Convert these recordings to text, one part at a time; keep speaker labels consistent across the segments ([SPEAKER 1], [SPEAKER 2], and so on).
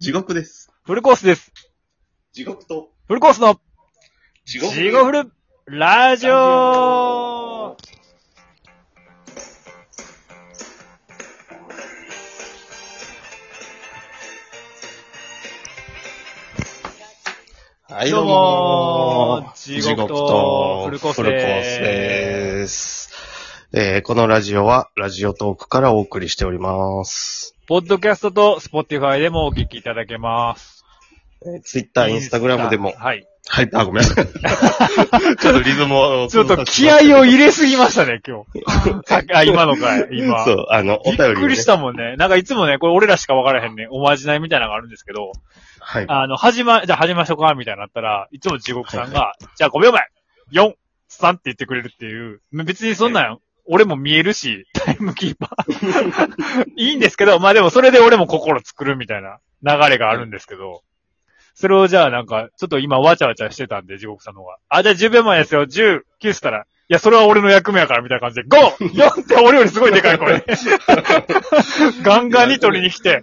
[SPEAKER 1] 地獄です。
[SPEAKER 2] フルコースです。
[SPEAKER 1] 地獄と、
[SPEAKER 2] フルコースの、
[SPEAKER 1] 地
[SPEAKER 2] ジゴフル、ラジオ
[SPEAKER 1] はい、
[SPEAKER 2] ど
[SPEAKER 1] ど
[SPEAKER 2] う
[SPEAKER 1] う
[SPEAKER 2] も
[SPEAKER 1] も
[SPEAKER 2] 地獄とフルコース
[SPEAKER 1] フルコース
[SPEAKER 2] で
[SPEAKER 1] です。えーこのラジオは、ラジオトークからお送りしております。
[SPEAKER 2] ポッドキャストとスポティファイでもお聞きいただけます。
[SPEAKER 1] えツイッター Twitter、インスタグラムでも。
[SPEAKER 2] はい。
[SPEAKER 1] はい、あ、ごめん。ちょ っとリズムを。
[SPEAKER 2] ちょっと気合を入れすぎましたね、今日。さっ きあ、今の回、今。
[SPEAKER 1] そう、あの、お便り、ね。
[SPEAKER 2] びっくりしたもんね。なんかいつもね、これ俺らしかわからへんね、おまじないみたいなのがあるんですけど、
[SPEAKER 1] はい。
[SPEAKER 2] あの、始ま、じゃあ始めましょうか、みたいになったら、いつも地獄さんが、じゃあ5秒前 !4、3って言ってくれるっていう、別にそんなん、俺も見えるし、タイムキーパー。 いいんですけど、まあでもそれで俺も心作るみたいな流れがあるんですけど、それをじゃあなんか、ちょっと今わちゃわちゃしてたんで、地獄さんの方が。あ、じゃあ10秒前ですよ、10、9したら、いや、それは俺の役目やから、みたいな感じで、5、4って俺よりすごいでかい、こ れ。ガンガンに取りに来て。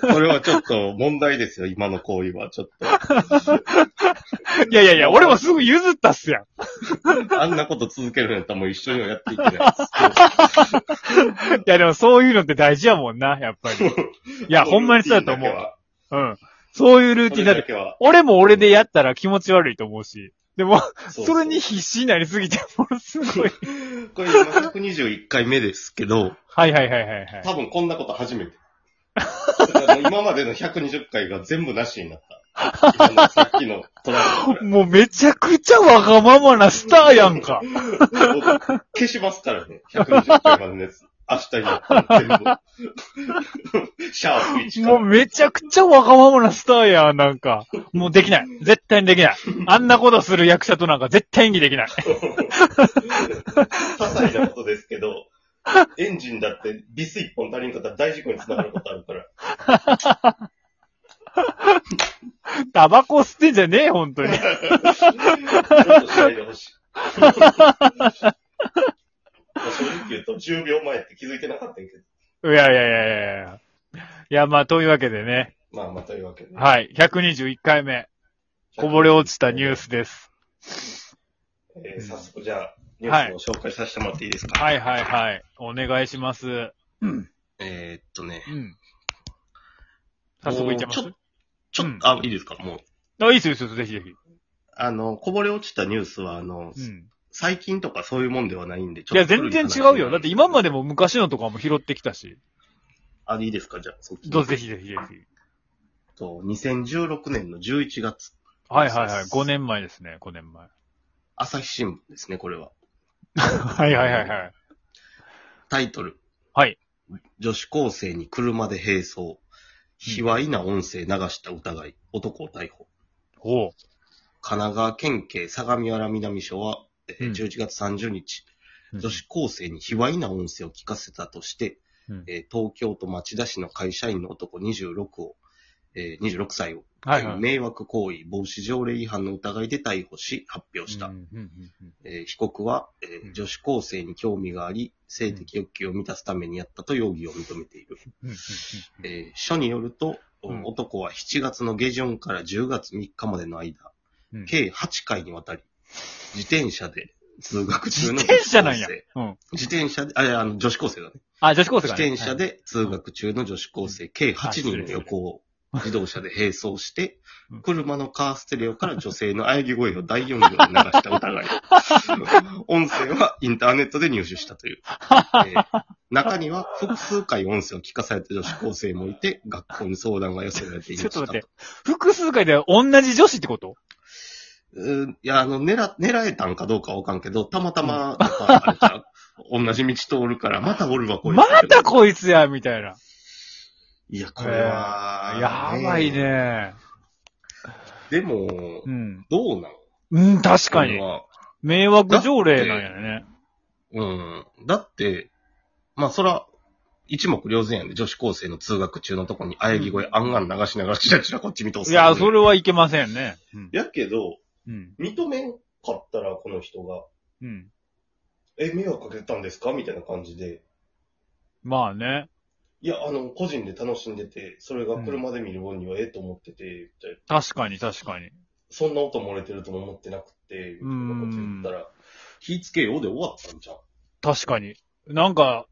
[SPEAKER 1] これはちょっと問題ですよ、今の行為は。ちょっ
[SPEAKER 2] いやいやいや、俺もすぐ譲ったっすやん。
[SPEAKER 1] と、あんなこと続けるんやったらもう一緒にはやっていけないです。
[SPEAKER 2] いや、でもそういうのって大事やもんな、やっぱり。いや、ほんまにそうやと思う。うん。そういうルー
[SPEAKER 1] そ
[SPEAKER 2] ティ
[SPEAKER 1] れ
[SPEAKER 2] ンだっ
[SPEAKER 1] だ
[SPEAKER 2] て、
[SPEAKER 1] けは。
[SPEAKER 2] 俺も俺でやったら気持ち悪いと思うし。でも、
[SPEAKER 1] そうそう
[SPEAKER 2] それに必死になりすぎて、ものすご い。
[SPEAKER 1] これ今121回目ですけど、
[SPEAKER 2] はいはいはいはいはい。
[SPEAKER 1] 多分こんなこと初めて。だから今までの120回が全部なしになった。今のさっきのトラブル
[SPEAKER 2] もうめちゃくちゃわがままなスターやんか。
[SPEAKER 1] 僕消しますからね、120回までのやつ。明日になったら全部。シャープ1
[SPEAKER 2] もう
[SPEAKER 1] か
[SPEAKER 2] めちゃくちゃわがままなスターやん、なんか。もうできない。絶対にできない。あんなことする役者となんか絶対演技できない。
[SPEAKER 1] ら。些細なことですけど、エンジンだってビス一本足りんかったら大事故につながることあるから。
[SPEAKER 2] タバコ吸ってんじゃねえ、本当
[SPEAKER 1] ち
[SPEAKER 2] に。
[SPEAKER 1] ょっとしないでほしい。正直言うと10秒前って気づいてなかったんやけど。
[SPEAKER 2] いやいやいやいやいや。いや、まあ、というわけでね。
[SPEAKER 1] まあまあというわけで。
[SPEAKER 2] はい。121回目。こぼれ落ちたニュースです。
[SPEAKER 1] えー早速じゃあ、ニュースを紹介させてもらっていいですか、
[SPEAKER 2] はいはいはい。お願いします。
[SPEAKER 1] えーっとね
[SPEAKER 2] う。ん。早速いっちゃいま
[SPEAKER 1] もう
[SPEAKER 2] す
[SPEAKER 1] ちょっと、
[SPEAKER 2] うん
[SPEAKER 1] あ、いいですかもう。
[SPEAKER 2] あ、いいですよ、いいですよ、ぜひぜ
[SPEAKER 1] あの、こぼれ落ちたニュースは、あの、
[SPEAKER 2] ひ。うん。
[SPEAKER 1] 最近とかそういうもんではないんで、ち
[SPEAKER 2] い
[SPEAKER 1] ょ
[SPEAKER 2] や、
[SPEAKER 1] っと。
[SPEAKER 2] 全然違うよ。だって今ま
[SPEAKER 1] で。
[SPEAKER 2] でも昔のとかも拾ってきたし。
[SPEAKER 1] あ、いいですかじゃあ、そっち
[SPEAKER 2] どうぞぜひぜひぜひ。
[SPEAKER 1] と、2016年の11月、
[SPEAKER 2] はいはいはい。5年前ですね、5年前。
[SPEAKER 1] 朝日新聞ですね、これは。
[SPEAKER 2] はいはいはいはい。
[SPEAKER 1] タイトル。
[SPEAKER 2] はい。
[SPEAKER 1] 女子高生に車で並走。卑猥な音声流した疑い。男を逮捕。
[SPEAKER 2] おう。
[SPEAKER 1] 神奈川県警相模原南署は、えー
[SPEAKER 2] うん
[SPEAKER 1] 11月30日、
[SPEAKER 2] うん
[SPEAKER 1] 女子高生に卑猥な音声を聞かせたとして、
[SPEAKER 2] うん
[SPEAKER 1] えー東京都町田市の会社員の男26を、えー26歳を、
[SPEAKER 2] はいはい。
[SPEAKER 1] 迷惑行為防止条例違反の疑いで逮捕し、発表した。
[SPEAKER 2] うんうんうんうん
[SPEAKER 1] えー被告は、えー
[SPEAKER 2] うん
[SPEAKER 1] 女子高生に興味があり、性的欲求を満たすためにやったと容疑を認めている。
[SPEAKER 2] うんうんうん
[SPEAKER 1] えー署によると、
[SPEAKER 2] うん
[SPEAKER 1] 男は7月の下旬から10月3日までの間、
[SPEAKER 2] うん
[SPEAKER 1] 計8回にわたり、自転車で通学中
[SPEAKER 2] 自
[SPEAKER 1] の
[SPEAKER 2] 転車なんや
[SPEAKER 1] 女子高生。
[SPEAKER 2] うん。
[SPEAKER 1] 自転車で、あいや、あの、女子高生だね。
[SPEAKER 2] あ、女子高生
[SPEAKER 1] 自
[SPEAKER 2] がね
[SPEAKER 1] 転車。で通学中の女子高生、計8人の横を自動車で並走して
[SPEAKER 2] うん、
[SPEAKER 1] 車のカーステレオから女性の喘ぎ声を第4行で流した疑い。音声はインターネットで入手したという。えー中には複数回音声を聞かされた女子高生もいて、学校に相談が寄せられていま
[SPEAKER 2] ちょ
[SPEAKER 1] し
[SPEAKER 2] ったと
[SPEAKER 1] と。
[SPEAKER 2] 待って。複数回で同じ女子ってこと
[SPEAKER 1] うんいや、あの、狙、狙えたんかどうかわかんけど、たまたま、やっぱあれちゃう同じ道通るから、またおるわ、こいつ
[SPEAKER 2] またこいつや、みたいな。
[SPEAKER 1] いや、これは、
[SPEAKER 2] やばい。ね。
[SPEAKER 1] でも
[SPEAKER 2] う、ん。
[SPEAKER 1] どうなの
[SPEAKER 2] うん、確か
[SPEAKER 1] これ
[SPEAKER 2] に。
[SPEAKER 1] は
[SPEAKER 2] 迷惑条例なんやね。
[SPEAKER 1] うん。だって、まあ、そら、一目瞭然やね。女子高生の通学中のとこに、喘ぎ声、あんあん流しながら、チラチラこっち見通す。
[SPEAKER 2] いや、そ。れはいけませんね。うん。
[SPEAKER 1] やけど、
[SPEAKER 2] うん。
[SPEAKER 1] 認めんかったら、この人が、
[SPEAKER 2] うん。
[SPEAKER 1] え、迷惑かけたんですかみたいな感じで、
[SPEAKER 2] まあね。
[SPEAKER 1] いや、あの、個人で楽しんでて、それが車で見る分にはええと思ってて、みたいな
[SPEAKER 2] 確かに確かに。
[SPEAKER 1] そんな音漏れてるとも思ってなくて、みたいなこと言ったら、火つけようで終わったんじゃん。
[SPEAKER 2] 確かに。なんか、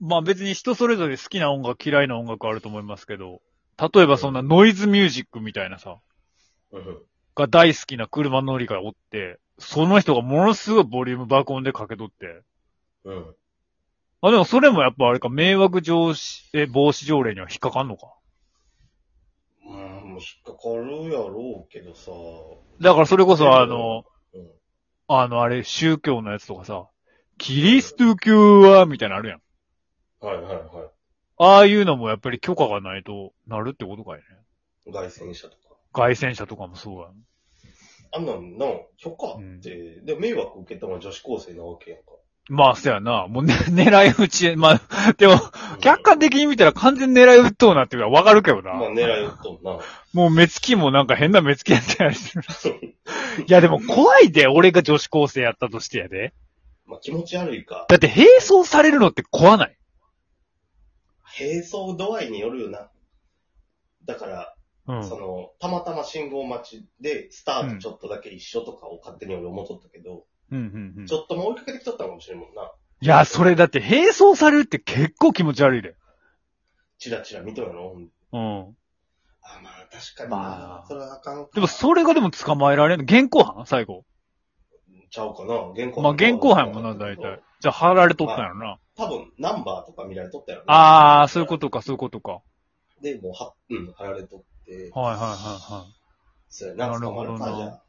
[SPEAKER 2] まあ別に人それぞれ好きな音楽、嫌いな音楽あると思いますけど、例えばそんなノイズミュージックみたいなさ、
[SPEAKER 1] うん
[SPEAKER 2] が大好きな車乗りがおって、その人がものすごいボリューム爆音でかけとって、
[SPEAKER 1] うん。うん。
[SPEAKER 2] あ、でもそれもやっぱあれか、迷惑上司え防止条例には引っかかんのか。
[SPEAKER 1] うん、もう引っかかるやろうけどさ。
[SPEAKER 2] だからそれこそあの、
[SPEAKER 1] うん。
[SPEAKER 2] あのあれ、宗教のやつとかさ、キリスト教は、みたいなのあるやん。
[SPEAKER 1] はいはいは
[SPEAKER 2] ああいうのもやっぱり許可がないとなるってことかいね。
[SPEAKER 1] い。外旋車とか。
[SPEAKER 2] 外戦車とかもそうやん。
[SPEAKER 1] あんなんな、許可って、で、迷惑受けたのは女子高生なわけやんか。
[SPEAKER 2] まあ、そやな。もうね、 狙い撃ち、まあ、でも、客観的に見たら完全に狙い撃とうなっていうからわかるけどな。
[SPEAKER 1] まあ狙い撃っとんな。
[SPEAKER 2] もう目つきもなんか変な目つきやったりする。 いや、でも怖いで、俺が女子高生やったとしてやで。
[SPEAKER 1] まあ気持ち悪いか。
[SPEAKER 2] だって並走されるのって怖ない。
[SPEAKER 1] 並走度合いによるよな。だから、
[SPEAKER 2] うん。
[SPEAKER 1] その、たまたま信号待ちで、スタートちょっとだけ一緒とかを勝手に俺思っとったけど、
[SPEAKER 2] うんうんうん。
[SPEAKER 1] ちょっとも追いかけてきとったかもしれんもんな。
[SPEAKER 2] いや、それだって並走されるって結構気持ち悪いで。
[SPEAKER 1] チラチラ見とるやろ。
[SPEAKER 2] うん。
[SPEAKER 1] あ、まあ確かに
[SPEAKER 2] まあ
[SPEAKER 1] な。それはあかんか
[SPEAKER 2] でもそれがでも捕まえられんの。現行犯最後。
[SPEAKER 1] ちゃうかな。現行
[SPEAKER 2] まあ、現行犯やもんな、大体。。じゃあ、貼られとったんやろな。
[SPEAKER 1] 多分、ナンバーとか見られとったやろな
[SPEAKER 2] あー、そういうことか、そういうことか。
[SPEAKER 1] で、もう、は、うん、貼られとって、
[SPEAKER 2] はいはいはいはい。
[SPEAKER 1] そうやな、
[SPEAKER 2] なる
[SPEAKER 1] 捕
[SPEAKER 2] ほ
[SPEAKER 1] ま
[SPEAKER 2] どな
[SPEAKER 1] るかじゃあ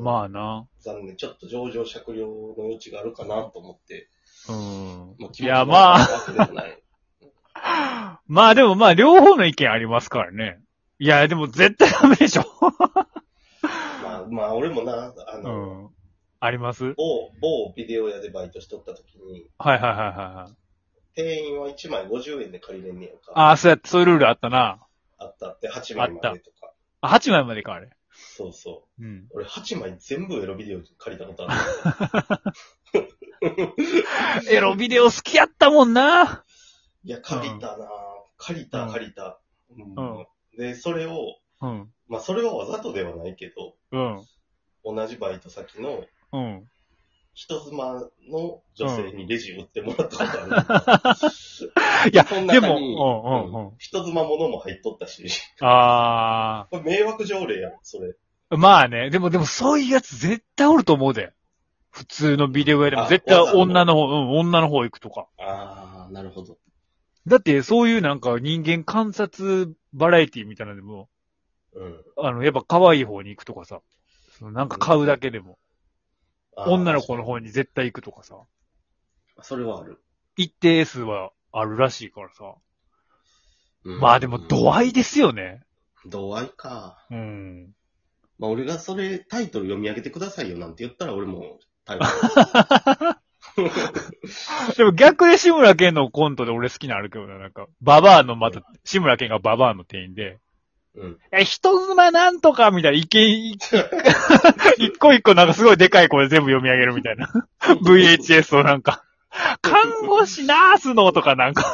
[SPEAKER 2] まあな。
[SPEAKER 1] 残念、ちょっと上場酌量の余地があるかなと思って。
[SPEAKER 2] うん。
[SPEAKER 1] まあ、
[SPEAKER 2] いや、まあ、
[SPEAKER 1] あ。
[SPEAKER 2] まあでもまあ、両方の意見ありますからね。いや、でも絶対ダメでしょ。
[SPEAKER 1] まあ、まあ、俺もな、あ
[SPEAKER 2] う
[SPEAKER 1] の、
[SPEAKER 2] ん。あります
[SPEAKER 1] 某、某ビデオ屋でバイトしとった時に、
[SPEAKER 2] はいはいはいはいはい。
[SPEAKER 1] 店員は1枚50円で借りれんねやんか。
[SPEAKER 2] ああ、そうやって、そういうルールあったな。
[SPEAKER 1] あったって、8枚までとか。
[SPEAKER 2] あ、8枚までか、あれ。
[SPEAKER 1] そうそう。
[SPEAKER 2] うん。
[SPEAKER 1] 俺8枚全部エロビデオ借りたことある。
[SPEAKER 2] エロビデオ好きやったもんな。
[SPEAKER 1] いや、借りたなぁ借りた、借りた。うんで、それを、
[SPEAKER 2] うん。
[SPEAKER 1] まあ、それはわざとではないけど、
[SPEAKER 2] うん。
[SPEAKER 1] 同じバイト先の
[SPEAKER 2] うん。
[SPEAKER 1] 人妻の女性にレジ売ってもらったことある。
[SPEAKER 2] いや
[SPEAKER 1] その
[SPEAKER 2] で
[SPEAKER 1] 中
[SPEAKER 2] も、
[SPEAKER 1] に
[SPEAKER 2] うんうんうん。
[SPEAKER 1] 人妻ものも入っとったし、
[SPEAKER 2] あ
[SPEAKER 1] これ迷惑条例やん、それ。
[SPEAKER 2] あ。まあね、でもでもそういうやつ絶対おると思うで。普通のビデオ屋でも絶対
[SPEAKER 1] あわざわざ
[SPEAKER 2] 女の方、うん、女の方行くとか。
[SPEAKER 1] ああ、なるほど。
[SPEAKER 2] だってそういうなんか人間観察バラエティみたいなのでも、
[SPEAKER 1] うん。
[SPEAKER 2] あの、やっぱ可愛い方に行くとかさ。そのなんか買うだけでも、
[SPEAKER 1] あー
[SPEAKER 2] 女の子の方に絶対行くとかさ。
[SPEAKER 1] それはある。
[SPEAKER 2] 一定数はあるらしいからさ。まあでも度合
[SPEAKER 1] い。
[SPEAKER 2] いですよね。
[SPEAKER 1] 度合いか。
[SPEAKER 2] うん。
[SPEAKER 1] まあ俺がそれタイトル読み上げてくださいよなんて言ったら俺もタイ トル。
[SPEAKER 2] でも逆で志村けんのコントで俺好きなのあるけどな、なんか、ババアのまた、志村けんがババアの店員で、
[SPEAKER 1] うん。
[SPEAKER 2] え、人妻なんとかみたいな、意 見、一一個一個なんかすごいでかい声で全部読み上げるみたい な。VHS をなんか、看護師ナースのとかなんか、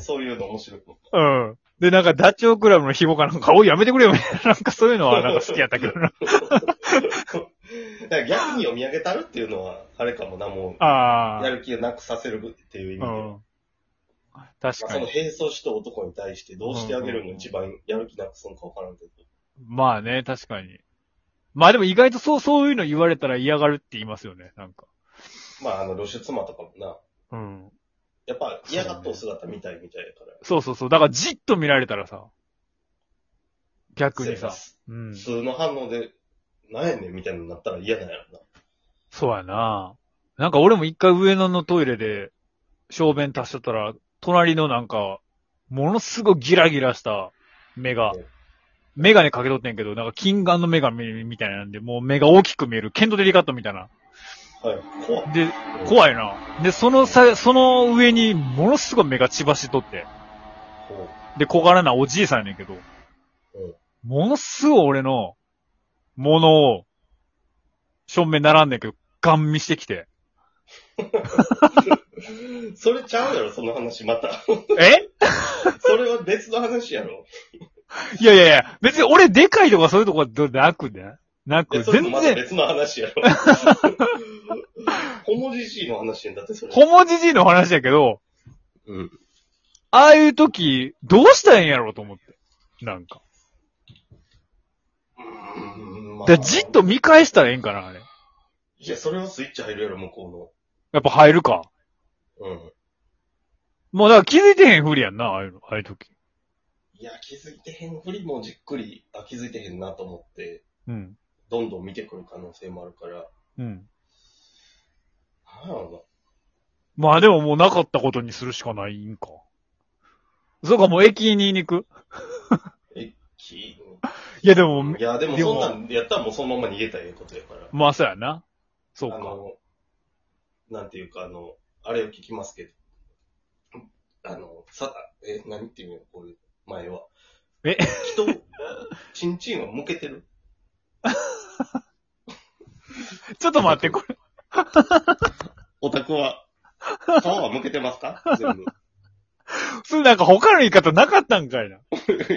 [SPEAKER 1] そういうの面白いもん。
[SPEAKER 2] うん。で、なんかダチョウ倶楽部の紐かなんか、おいやめてくれよみたいな、なんかそういうのはなんか好きやったけどな。
[SPEAKER 1] だから逆に読み上げたるっていうのは、あれかもな、も
[SPEAKER 2] あ
[SPEAKER 1] う、やる気をなくさせるっていう意味で
[SPEAKER 2] あ。う
[SPEAKER 1] は。
[SPEAKER 2] ん。確
[SPEAKER 1] まあ
[SPEAKER 2] か
[SPEAKER 1] その
[SPEAKER 2] に。
[SPEAKER 1] 並走した男に対してどうしてあげるのが一番やる気なくすのかわからんけど。
[SPEAKER 2] まあね、確かに。まあでも意外とそう、そういうの言われたら嫌がるって言いますよね、なんか。
[SPEAKER 1] まあ、あの、露出妻とかもな、
[SPEAKER 2] うん。
[SPEAKER 1] やっぱ嫌がっとう姿見たいみたいだから。
[SPEAKER 2] そうそうそう。だからじっと見られたらさ、逆に
[SPEAKER 1] せや
[SPEAKER 2] さ
[SPEAKER 1] な、
[SPEAKER 2] うん
[SPEAKER 1] 普。通の反応で、なんやねんみたいになったら嫌なんやろ
[SPEAKER 2] そうやな。なんか俺も一回上野のトイレで、小便足しとったら、隣のなんか、ものすごいギラギラした目が
[SPEAKER 1] うん、
[SPEAKER 2] メガネかけとってんけど、なんか金眼のメガネみたいなんで、もう目が大きく見える、ケントデリカットみたいな。
[SPEAKER 1] な。はい。怖っ。
[SPEAKER 2] で、怖いな。で、そのさ、その上に、ものすごい目が血ばしとって、
[SPEAKER 1] 怖っ
[SPEAKER 2] で、小柄なおじいさんやねんけど、
[SPEAKER 1] うん
[SPEAKER 2] ものすごい俺の、ものを、正面並んでんけど、ガン見してきて、
[SPEAKER 1] それちゃうやろ、その話また。
[SPEAKER 2] え
[SPEAKER 1] それは別の話やろ。
[SPEAKER 2] いやいやいや、別に俺でかいとかそういうとこはなくね。な
[SPEAKER 1] で
[SPEAKER 2] く、
[SPEAKER 1] それと
[SPEAKER 2] 全
[SPEAKER 1] また
[SPEAKER 2] 然、
[SPEAKER 1] 別の話 やろ。 ホモジジイの話やんだって、それ。
[SPEAKER 2] ホモジジイの話やけど、
[SPEAKER 1] うん。
[SPEAKER 2] ああいう時、どうしたらいいんやろうと思って。なんか。
[SPEAKER 1] うんまあ
[SPEAKER 2] だからじっと見返したらええんかな、あれ。
[SPEAKER 1] いや、それはスイッチ入るやろ、向こ
[SPEAKER 2] やっぱ入るか。
[SPEAKER 1] うの。うん。
[SPEAKER 2] もうだから気づいてへんふりやんな、ああいうの、ああいう時。
[SPEAKER 1] いや、気づいてへんふりもじっくり、あ、気づいてへんなと思って、
[SPEAKER 2] うん。
[SPEAKER 1] どんどん見てくる可能性もあるから、
[SPEAKER 2] うん。
[SPEAKER 1] なんやろ
[SPEAKER 2] まあでももうなかったことにするしかないんか。そうか、もう駅に行く。
[SPEAKER 1] な。き
[SPEAKER 2] いやでも、
[SPEAKER 1] いや、でも
[SPEAKER 2] でも
[SPEAKER 1] そんなんやったらもうそのまま逃げたらええことやから。
[SPEAKER 2] まあそうやな。そう
[SPEAKER 1] あ
[SPEAKER 2] か。
[SPEAKER 1] の、なんていうか、あの、あれを聞きますけど、あの、さ、え、何ていうのこういう、前は。
[SPEAKER 2] え
[SPEAKER 1] 人、チンチンは向けてる
[SPEAKER 2] ちょっと待って、これ。
[SPEAKER 1] オタク は、皮は向けてますか全部。
[SPEAKER 2] それなんか他の言い方なかったん かいな。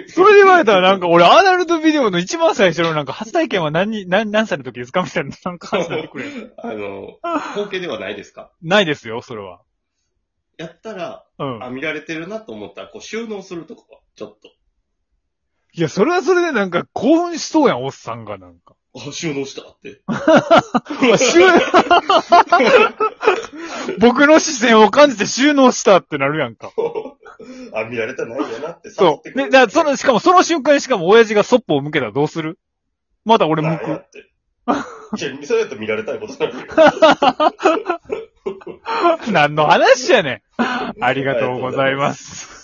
[SPEAKER 2] それで言われたらなんか俺、アダルトビデオの一番最初のなんか初体験は何に、何、何歳の時ですかみたいな、なんか話になってくれる。
[SPEAKER 1] あの、光景ではないですか
[SPEAKER 2] ないですよ、それは。
[SPEAKER 1] やったら、
[SPEAKER 2] うん。
[SPEAKER 1] あ、見られてるなと思ったら、こう収納するとこは、ちょっ
[SPEAKER 2] いや、それはそれでなんか興奮しそうやん、おっさんがなんか。
[SPEAKER 1] と。あ、収納した って。
[SPEAKER 2] まあ収僕の視線を感じて収納したってなるやんか。
[SPEAKER 1] あ、見られたらないんやなって触っ
[SPEAKER 2] そ
[SPEAKER 1] て
[SPEAKER 2] う。
[SPEAKER 1] くれ
[SPEAKER 2] で、
[SPEAKER 1] る
[SPEAKER 2] だからその、しかもその瞬間にしかも親父がそっぽを向けたらどうするまた俺
[SPEAKER 1] まあ
[SPEAKER 2] 向
[SPEAKER 1] や
[SPEAKER 2] く。
[SPEAKER 1] って。いや、それだと見られたいことなんだけど
[SPEAKER 2] 何の話やねん。ありがとうございます。